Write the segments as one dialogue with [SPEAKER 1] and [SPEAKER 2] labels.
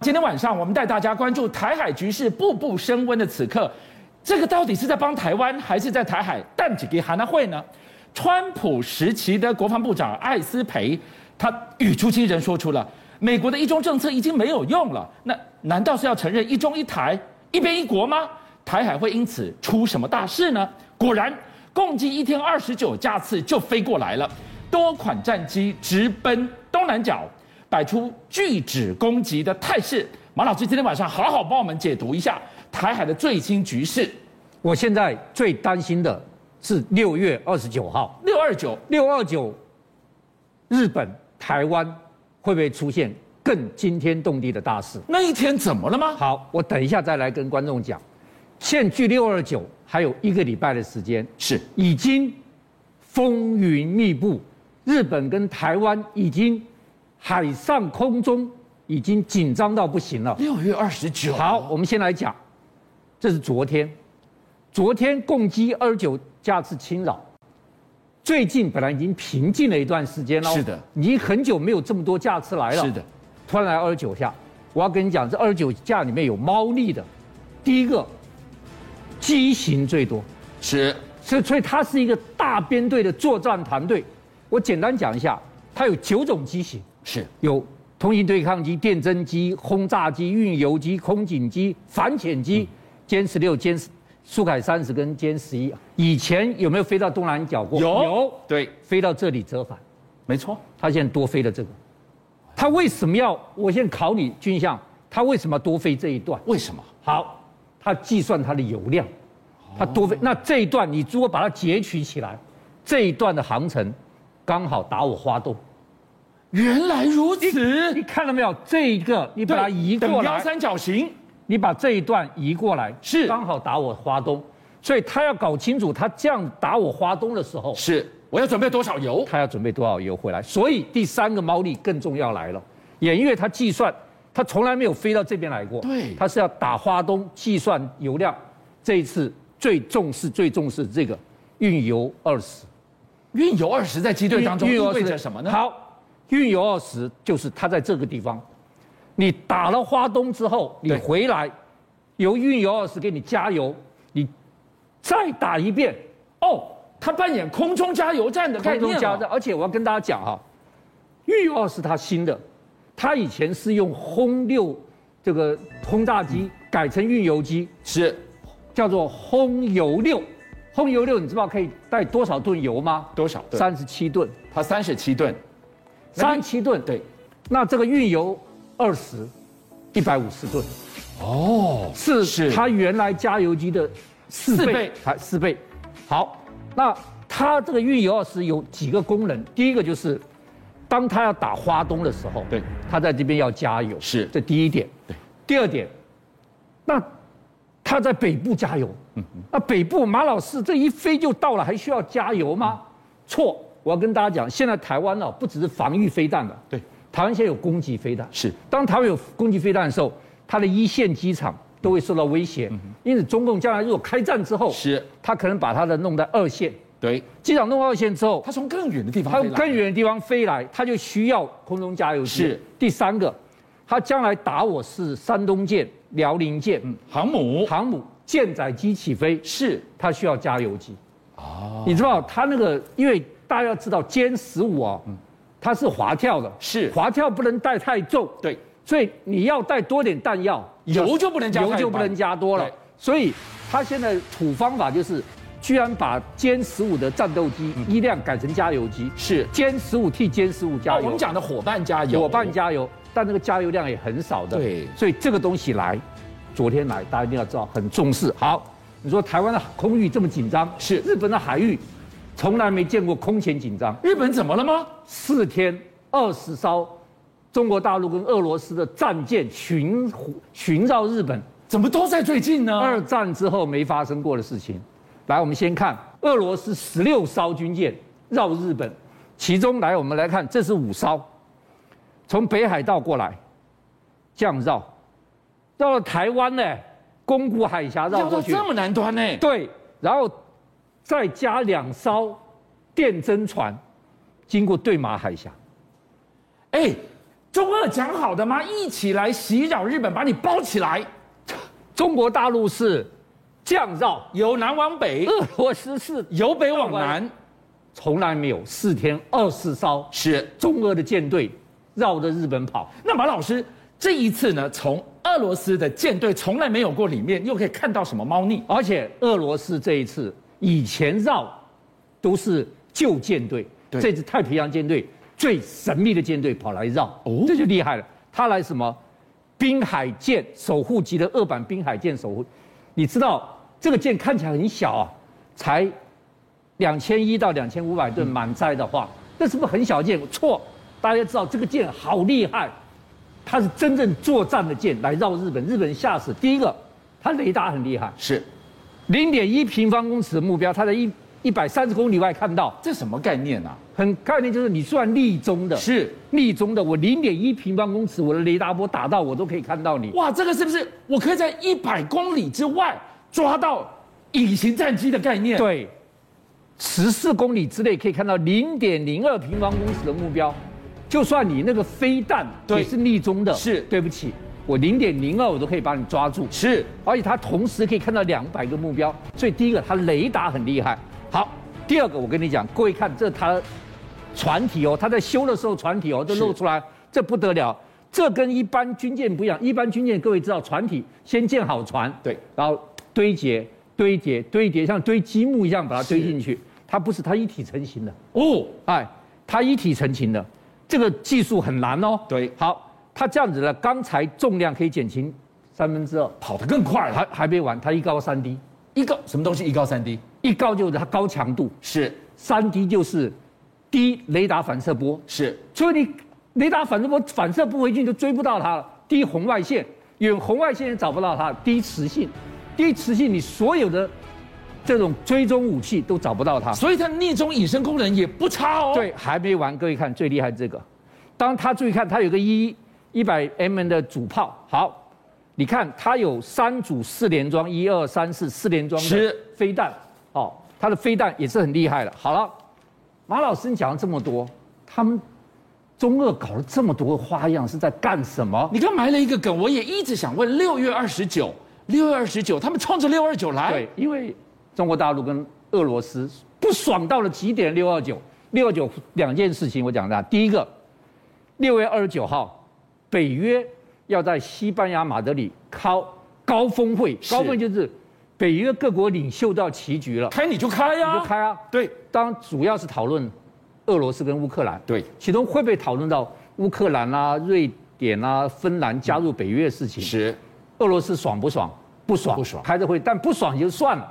[SPEAKER 1] 今天晚上我们带大家关注台海局势步步升温的此刻，这个到底是在帮台湾，还是在台海淡几给韩纳会呢？川普时期的国防部长艾斯培，他语出惊人说出了美国的一中政策已经没有用了。那难道是要承认一中一台、一边一国吗？台海会因此出什么大事呢？果然，共计一天二十九架次就飞过来了，多款战机直奔东南角。摆出拒止攻击的态势。马老师，今天晚上好好帮我们解读一下台海的最新局势。
[SPEAKER 2] 我现在最担心的是六月二十九号，
[SPEAKER 1] 六二九，
[SPEAKER 2] 六二九，日本、台湾会不会出现更惊天动地的大事？
[SPEAKER 1] 那一天怎么了吗？
[SPEAKER 2] 好，我等一下再来跟观众讲。现距六二九还有一个礼拜的时间，
[SPEAKER 1] 是
[SPEAKER 2] 已经风云密布，日本跟台湾已经海上空中已经紧张到不行了。
[SPEAKER 1] 六月二十九。
[SPEAKER 2] 好，我们先来讲，这是昨天，昨天共机二九架次侵扰，最近本来已经平静了一段时间了，哦
[SPEAKER 1] 是的，
[SPEAKER 2] 已经很久没有这么多架次来了，
[SPEAKER 1] 是的，
[SPEAKER 2] 突然来二十九架，我要跟你讲，这二十九架里面有猫腻的，第一个，机型最多，
[SPEAKER 1] 是
[SPEAKER 2] 所以所以它是一个大编队的作战团队，我简单讲一下，它有九种机型，
[SPEAKER 1] 是
[SPEAKER 2] 有通信对抗机、电侦机、轰炸机、运油机、空警机、反潜机，歼十六、歼苏凯三十跟歼十一。以前有没有飞到东南角过？
[SPEAKER 1] 对，
[SPEAKER 2] 飞到这里折返。
[SPEAKER 1] 没错，
[SPEAKER 2] 他现在多飞了这个，他为什么要？我现在考你军相，他为什么多飞这一段？
[SPEAKER 1] 为什么？
[SPEAKER 2] 好，他计算它的油量，它多飞。那这一段你如果把它截取起来，这一段的航程刚好打我花洞。
[SPEAKER 1] 原来如此。
[SPEAKER 2] 你看到没有？这一个你把它移过
[SPEAKER 1] 等腰
[SPEAKER 2] 来，
[SPEAKER 1] 三角形。
[SPEAKER 2] 你把这一段移过来，
[SPEAKER 1] 是
[SPEAKER 2] 刚好打我花东，所以他要搞清楚，他这样打我花东的时候，
[SPEAKER 1] 是，我要准备多少油？
[SPEAKER 2] 他要准备多少油回来。所以第三个猫腻更重要来了，演月他计算，他从来没有飞到这边来过，
[SPEAKER 1] 对
[SPEAKER 2] 他是要打花东计算油量。这一次最重视最重视这个运油二十，
[SPEAKER 1] 运油二十在机队当中
[SPEAKER 2] 运
[SPEAKER 1] 意
[SPEAKER 2] 油
[SPEAKER 1] 味
[SPEAKER 2] 20
[SPEAKER 1] 着什么呢？
[SPEAKER 2] 好，运油二十就是它在这个地方，你打了花东之后，你
[SPEAKER 1] 对
[SPEAKER 2] 回来由运油二十给你加油，你再打一遍
[SPEAKER 1] 哦，它扮演空中加油站的概
[SPEAKER 2] 空
[SPEAKER 1] 念
[SPEAKER 2] 中
[SPEAKER 1] 了
[SPEAKER 2] 加的。而且我要跟大家讲哈、运油二十它新的，它以前是用轰六这个轰炸机改成运油机，
[SPEAKER 1] 是，
[SPEAKER 2] 叫做轰油六。轰油六，你知道可以带多少吨油吗？
[SPEAKER 1] 多少吨
[SPEAKER 2] 三十七吨，
[SPEAKER 1] 它三十七吨。
[SPEAKER 2] 三十七吨。
[SPEAKER 1] 对，
[SPEAKER 2] 那这个运油二十，一百五十吨，
[SPEAKER 1] 哦，
[SPEAKER 2] 是
[SPEAKER 1] 是
[SPEAKER 2] 它原来加油机的四
[SPEAKER 1] 四
[SPEAKER 2] 倍，
[SPEAKER 1] 倍
[SPEAKER 2] 还四倍。好，那它这个运油二十有几个功能？第一个就是，当它要打花东的时候，
[SPEAKER 1] 对，
[SPEAKER 2] 它在这边要加油，
[SPEAKER 1] 是
[SPEAKER 2] 这第一点。
[SPEAKER 1] 对，
[SPEAKER 2] 第二点，那它在北部加油，
[SPEAKER 1] 嗯
[SPEAKER 2] 那北部马老师这一飞就到了，还需要加油吗？
[SPEAKER 1] 嗯
[SPEAKER 2] 错，我要跟大家讲，现在台湾呢、哦不只是防御飞弹了，
[SPEAKER 1] 对，
[SPEAKER 2] 台湾现在有攻击飞弹，
[SPEAKER 1] 是
[SPEAKER 2] 当台湾有攻击飞弹的时候，它的一线机场都会受到威胁，因此中共将来如果开战之后，
[SPEAKER 1] 嗯是
[SPEAKER 2] 它可能把它的弄在二线
[SPEAKER 1] 对，
[SPEAKER 2] 机场弄到二线之后，
[SPEAKER 1] 它从更远的地方
[SPEAKER 2] 它
[SPEAKER 1] 飞
[SPEAKER 2] 从
[SPEAKER 1] 来
[SPEAKER 2] 更远的地方飞来，它就需要空中加油机。
[SPEAKER 1] 是
[SPEAKER 2] 第三个，它将来打我是山东舰、辽宁舰、
[SPEAKER 1] 航母
[SPEAKER 2] 航母、舰载机起飞，
[SPEAKER 1] 是
[SPEAKER 2] 它需要加油机。哦，你知道它那个，因为大家要知道歼十五啊，它是滑跳的，
[SPEAKER 1] 嗯是
[SPEAKER 2] 滑跳不能带太重，
[SPEAKER 1] 对，
[SPEAKER 2] 所以你要带多点弹药，
[SPEAKER 1] 油就不能加太
[SPEAKER 2] 油就不能加多了
[SPEAKER 1] 对。
[SPEAKER 2] 所以他现在土方法就是，居然把歼十五的战斗机一辆改成加油机，
[SPEAKER 1] 嗯是
[SPEAKER 2] 歼十五替歼十五加
[SPEAKER 1] 哦
[SPEAKER 2] 油，
[SPEAKER 1] 我们讲的伙伴加油，
[SPEAKER 2] 伙伴加油，但那个加油量也很少的。
[SPEAKER 1] 对
[SPEAKER 2] 所以这个东西来，昨天来，大家一定要知道，很重视。好，你说台湾的空域这么紧张，
[SPEAKER 1] 是
[SPEAKER 2] 日本的海域，从来没见过空前紧张。
[SPEAKER 1] 日本怎么了吗？
[SPEAKER 2] 四天二十艘中国大陆跟俄罗斯的战舰巡湖巡绕日本，
[SPEAKER 1] 怎么都在最近呢？
[SPEAKER 2] 二战之后没发生过的事情。来，我们先看俄罗斯十六艘军舰绕日本，其中来我们来看，这是五艘，从北海道过来，这样绕，绕到台湾呢，宫古海峡绕
[SPEAKER 1] 绕
[SPEAKER 2] 过
[SPEAKER 1] 到
[SPEAKER 2] 去
[SPEAKER 1] 这，么南端呢？
[SPEAKER 2] 对，然后再加两艘电侦船，经过对马海峡。
[SPEAKER 1] 哎，中俄讲好的吗？一起来袭扰日本，把你包起来，
[SPEAKER 2] 中国大陆是降绕，
[SPEAKER 1] 由南往北，
[SPEAKER 2] 俄罗斯是
[SPEAKER 1] 由北往南，
[SPEAKER 2] 从来没有四天二十艘
[SPEAKER 1] 是。
[SPEAKER 2] 中俄的舰队绕着日本跑。
[SPEAKER 1] 那马老师这一次呢，从俄罗斯的舰队从来没有过里面，又可以看到什么猫腻？
[SPEAKER 2] 而且俄罗斯这一次以前绕都是旧舰队，
[SPEAKER 1] 对
[SPEAKER 2] 这支太平洋舰队最神秘的舰队跑来绕，
[SPEAKER 1] 哦
[SPEAKER 2] 这就厉害了。他来什么滨海舰守护级的二版滨海舰守护，你知道这个舰看起来很小啊，才两千一到两千五百
[SPEAKER 1] 嗯
[SPEAKER 2] 吨满载的话，那是不是很小舰？错，大家知道这个舰好厉害，它是真正作战的舰来绕日本，日本人吓死。第一个，它雷达很厉害。
[SPEAKER 1] 是，
[SPEAKER 2] 零点一平方公尺的目标，它在一一百三十公里外看到，
[SPEAKER 1] 这什么概念啊？
[SPEAKER 2] 很概念就是你算立中的，
[SPEAKER 1] 是，
[SPEAKER 2] 立中的，我零点一平方公尺，我的雷达波打到我都可以看到你。
[SPEAKER 1] 哇，这个是不是我可以在一百公里之外抓到隐形战机的概念？，
[SPEAKER 2] 对，十四公里之内可以看到零点零二平方公尺的目标，就算你那个飞弹
[SPEAKER 1] 对
[SPEAKER 2] 也是立中的，
[SPEAKER 1] 是
[SPEAKER 2] 对不起，我零点零二我都可以把你抓住。
[SPEAKER 1] 是
[SPEAKER 2] 而且它同时可以看到两百个目标，所以第一个它雷达很厉害。好，第二个我跟你讲，各位看这它船体哦，它在修的时候船体哦都
[SPEAKER 1] 是
[SPEAKER 2] 露出来，这不得了。这跟一般军舰不一样，一般军舰各位知道，船体先建好船，
[SPEAKER 1] 对，
[SPEAKER 2] 然后堆叠、堆叠、堆叠，像堆积木一样把它堆进去。它不是，它一体成型的。
[SPEAKER 1] 哦，
[SPEAKER 2] 哎，它一体成型的，这个技术很难哦。
[SPEAKER 1] 对
[SPEAKER 2] 好，它这样子呢，钢材重量可以减轻三分之二，
[SPEAKER 1] 跑得更快了。
[SPEAKER 2] 还还没完，它一高三低，
[SPEAKER 1] 一高什么东西？一高三低
[SPEAKER 2] 一高就是它高强度，
[SPEAKER 1] 是
[SPEAKER 2] 三低就是低雷达反射波，
[SPEAKER 1] 是
[SPEAKER 2] 所以你雷达反射波反射不回去，你就追不到它了。低红外线，远红外线也找不到它。低磁性，低磁性，你所有的这种追踪武器都找不到它。
[SPEAKER 1] 所以它逆中隐身功能也不差哦。，
[SPEAKER 2] 对，还没完，各位看最厉害这个，当他注意看，它有个一一百 mm 的主炮，好，你看它有三组四连装，一二三四四连装的
[SPEAKER 1] 是
[SPEAKER 2] 飞弹，哦，它的飞弹也是很厉害的。好了，马老师你讲了这么多，他们中俄搞了这么多花样是在干什么？
[SPEAKER 1] 你刚埋了一个梗，我也一直想问。六月二十九，六月二十九，他们冲着六二九来，
[SPEAKER 2] 对，因为中国大陆跟俄罗斯不爽到了极点。六二九，六二九两件事情我讲的，啊第一个，六月二十九号，北约要在西班牙马德里高高峰会，
[SPEAKER 1] 是
[SPEAKER 2] 高峰会就是北约各国领袖都要齐聚了，
[SPEAKER 1] 开你就开呀、
[SPEAKER 2] 你就开啊。
[SPEAKER 1] 对
[SPEAKER 2] 当主要是讨论俄罗斯跟乌克兰，
[SPEAKER 1] 对
[SPEAKER 2] 其中会不会讨论到乌克兰啊、瑞典啊、芬兰加入北约的事情？
[SPEAKER 1] 是
[SPEAKER 2] 俄罗斯爽不爽？不爽，
[SPEAKER 1] 不爽
[SPEAKER 2] 开这会，但不爽也就算了。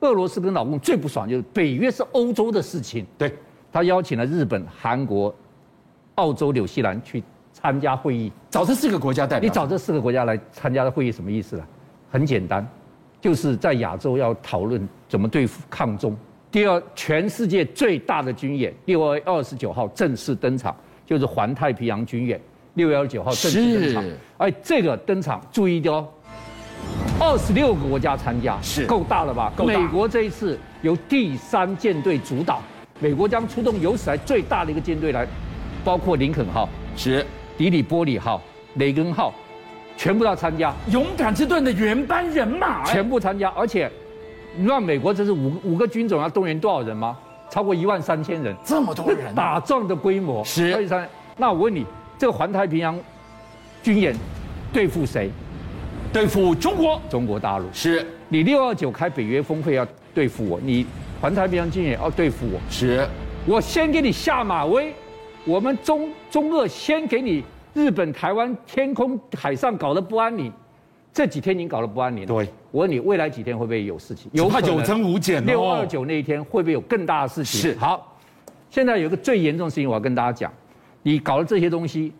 [SPEAKER 2] 俄罗斯跟老公最不爽就是北约是欧洲的事情，
[SPEAKER 1] 对，
[SPEAKER 2] 他邀请了日本、韩国、澳洲、纽西兰去参加会议。
[SPEAKER 1] 找这四个国家代表，
[SPEAKER 2] 你找这四个国家来参加的会议什么意思呢？很简单，就是在亚洲要讨论怎么对付抗中。第二，全世界最大的军演，六月二十九号正式登场，就是环太平洋军演，六月二十九号正式登场
[SPEAKER 1] 是。
[SPEAKER 2] 而这个登场，注意的哦，二十六个国家参加，
[SPEAKER 1] 是
[SPEAKER 2] 够大了吧？
[SPEAKER 1] 够大
[SPEAKER 2] 美国这一次由第三舰队主导，美国将出动有史以来最大的一个舰队来，包括林肯号、
[SPEAKER 1] 是
[SPEAKER 2] 迪里波里号、雷根号，全部要参加，
[SPEAKER 1] 勇敢之盾的原班人马、哎
[SPEAKER 2] 全部参加。而且，你知道美国这是五五个军种要动员多少人吗？超过一万三千人，
[SPEAKER 1] 这么多人、啊，
[SPEAKER 2] 打仗的规模
[SPEAKER 1] 是
[SPEAKER 2] 所以三。那我问你，这个环太平洋军演对付谁？
[SPEAKER 1] 对付中国
[SPEAKER 2] 中国大陆。
[SPEAKER 1] 是
[SPEAKER 2] 你六二九开北约峰会要对付我，你环太平洋军演要对付我，
[SPEAKER 1] 是
[SPEAKER 2] 我先给你下马威，我们中中俄先给你日本、台湾天空海上搞得不安宁，这几天已经搞得不安宁了。
[SPEAKER 1] 对，
[SPEAKER 2] 我问你，未来几天会不会有事情？
[SPEAKER 1] 有怕
[SPEAKER 2] 可能
[SPEAKER 1] 有增无减哦
[SPEAKER 2] 六二九那一天会不会有更大的事情？
[SPEAKER 1] 是
[SPEAKER 2] 好，现在有一个最严重的事情，我要跟大家讲，你搞了这些东西，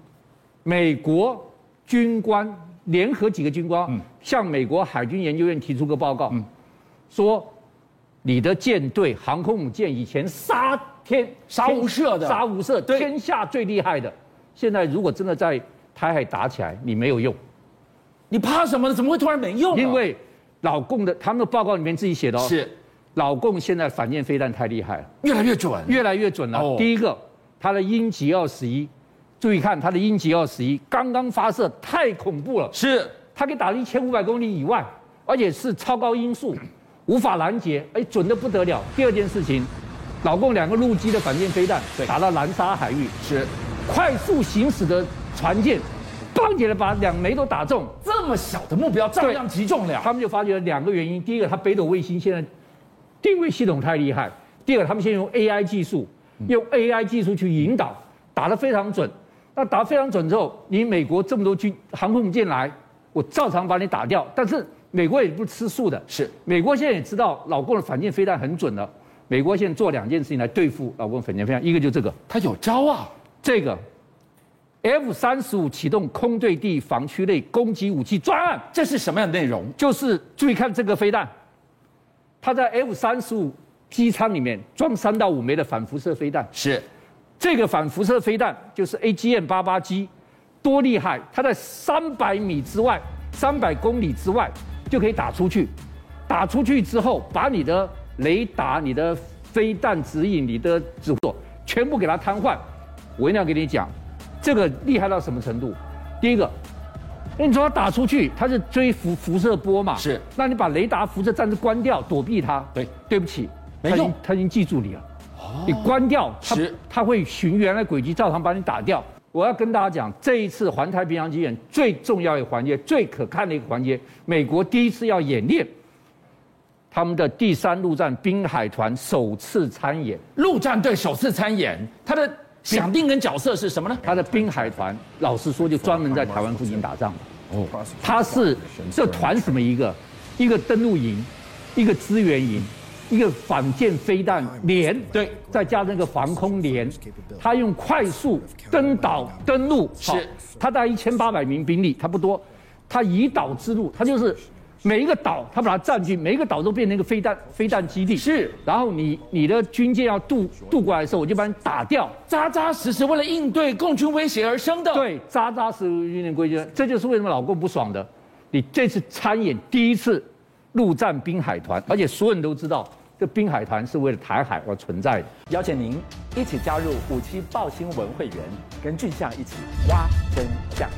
[SPEAKER 2] 美国军官联合几个军官、向美国海军研究院提出个报告，说你的舰队航空母舰以前杀天
[SPEAKER 1] 杀无赦的
[SPEAKER 2] 杀无赦，
[SPEAKER 1] 对
[SPEAKER 2] 天下最厉害的，现在如果真的在台海打起来，你没有用，
[SPEAKER 1] 你怕什么呢？怎么会突然没用、啊？
[SPEAKER 2] 因为老共的他们的报告里面自己写的、哦，
[SPEAKER 1] 是
[SPEAKER 2] 老共现在反舰飞弹太厉害了。
[SPEAKER 1] 越来越准，
[SPEAKER 2] 越来越准了。
[SPEAKER 1] 哦
[SPEAKER 2] 第一个，它的鹰击二十一，注意看它的鹰击二十一刚刚发射，太恐怖了，
[SPEAKER 1] 是
[SPEAKER 2] 它可以打到一千五百公里以外，而且是超高音速，无法拦截，哎，准的不得了。第二件事情，老共两个陆基的反舰飞弹
[SPEAKER 1] 对
[SPEAKER 2] 打到南沙海域，
[SPEAKER 1] 是，
[SPEAKER 2] 快速行驶的船舰，棒起来把两枚都打中，
[SPEAKER 1] 这么小的目标照样击中了，
[SPEAKER 2] 啊他们就发觉了两个原因：第一个，它北斗卫星现在定位系统太厉害；第二个，他们现在用 AI 技术，用 AI 技术去引导，打得非常准。那打得非常准之后，你美国这么多军航空母舰来，我照常把你打掉。但是美国也不吃素的，
[SPEAKER 1] 是
[SPEAKER 2] 美国现在也知道老共的反舰飞弹很准了。美国现在做两件事情来对付老共反舰飞弹，一个就这个，
[SPEAKER 1] 他有招啊，
[SPEAKER 2] 这个 F 三十五启动空对地防区内攻击武器专案。
[SPEAKER 1] 这是什么样的内容？
[SPEAKER 2] 就是注意看这个飞弹，它在 F 三十五机舱里面装三到五枚的反辐射飞弹。
[SPEAKER 1] 是
[SPEAKER 2] 这个反辐射飞弹就是 AGM 八八 G，多厉害！它在三百米之外、三百公里之外就可以打出去，打出去之后，把你的雷达、你的飞弹指引、你的指挥所全部给它瘫痪。我一定要跟你讲，这个厉害到什么程度？第一个，因为你说它打出去，它是追辐辐射波嘛，
[SPEAKER 1] 是
[SPEAKER 2] 那你把雷达辐射暂时关掉，躲避它。
[SPEAKER 1] 对，
[SPEAKER 2] 对不起，
[SPEAKER 1] 没
[SPEAKER 2] 它已经
[SPEAKER 1] 用
[SPEAKER 2] 它已经记住你了。你关掉，它
[SPEAKER 1] 是
[SPEAKER 2] 它会循原来轨迹照常把你打掉。我要跟大家讲，这一次环太平洋军演最重要一个环节、最可看的一个环节，美国第一次要演练他们的第三陆战滨海团首次参演。
[SPEAKER 1] 陆战队首次参演，他的想定跟角色是什么呢？
[SPEAKER 2] 他的滨海团，老实说，就专门在台湾附近打仗的。
[SPEAKER 1] 哦，
[SPEAKER 2] 它是这团什么一个，一个登陆营，一个支援营，一个反舰飞弹连，
[SPEAKER 1] 对，
[SPEAKER 2] 再加上一个防空连，它用快速登岛登陆，
[SPEAKER 1] 是
[SPEAKER 2] 好它大概一千八百名兵力，它不多，它以岛之路，它就是每一个岛它把它占据，每一个岛都变成一个飞弹飞弹基地，
[SPEAKER 1] 是，
[SPEAKER 2] 然后你你的军舰要渡渡过来的时候，我就把你打掉，
[SPEAKER 1] 扎扎实实为了应对共军威胁而生的。，
[SPEAKER 2] 对，扎扎实实训练规矩，这就是为什么老共不爽的。你这次参演第一次陆战滨海团，而且所有人都知道，这滨海团是为了台海而存在的。
[SPEAKER 3] 邀请您一起加入五七报新闻会员，跟俊相一起挖真相。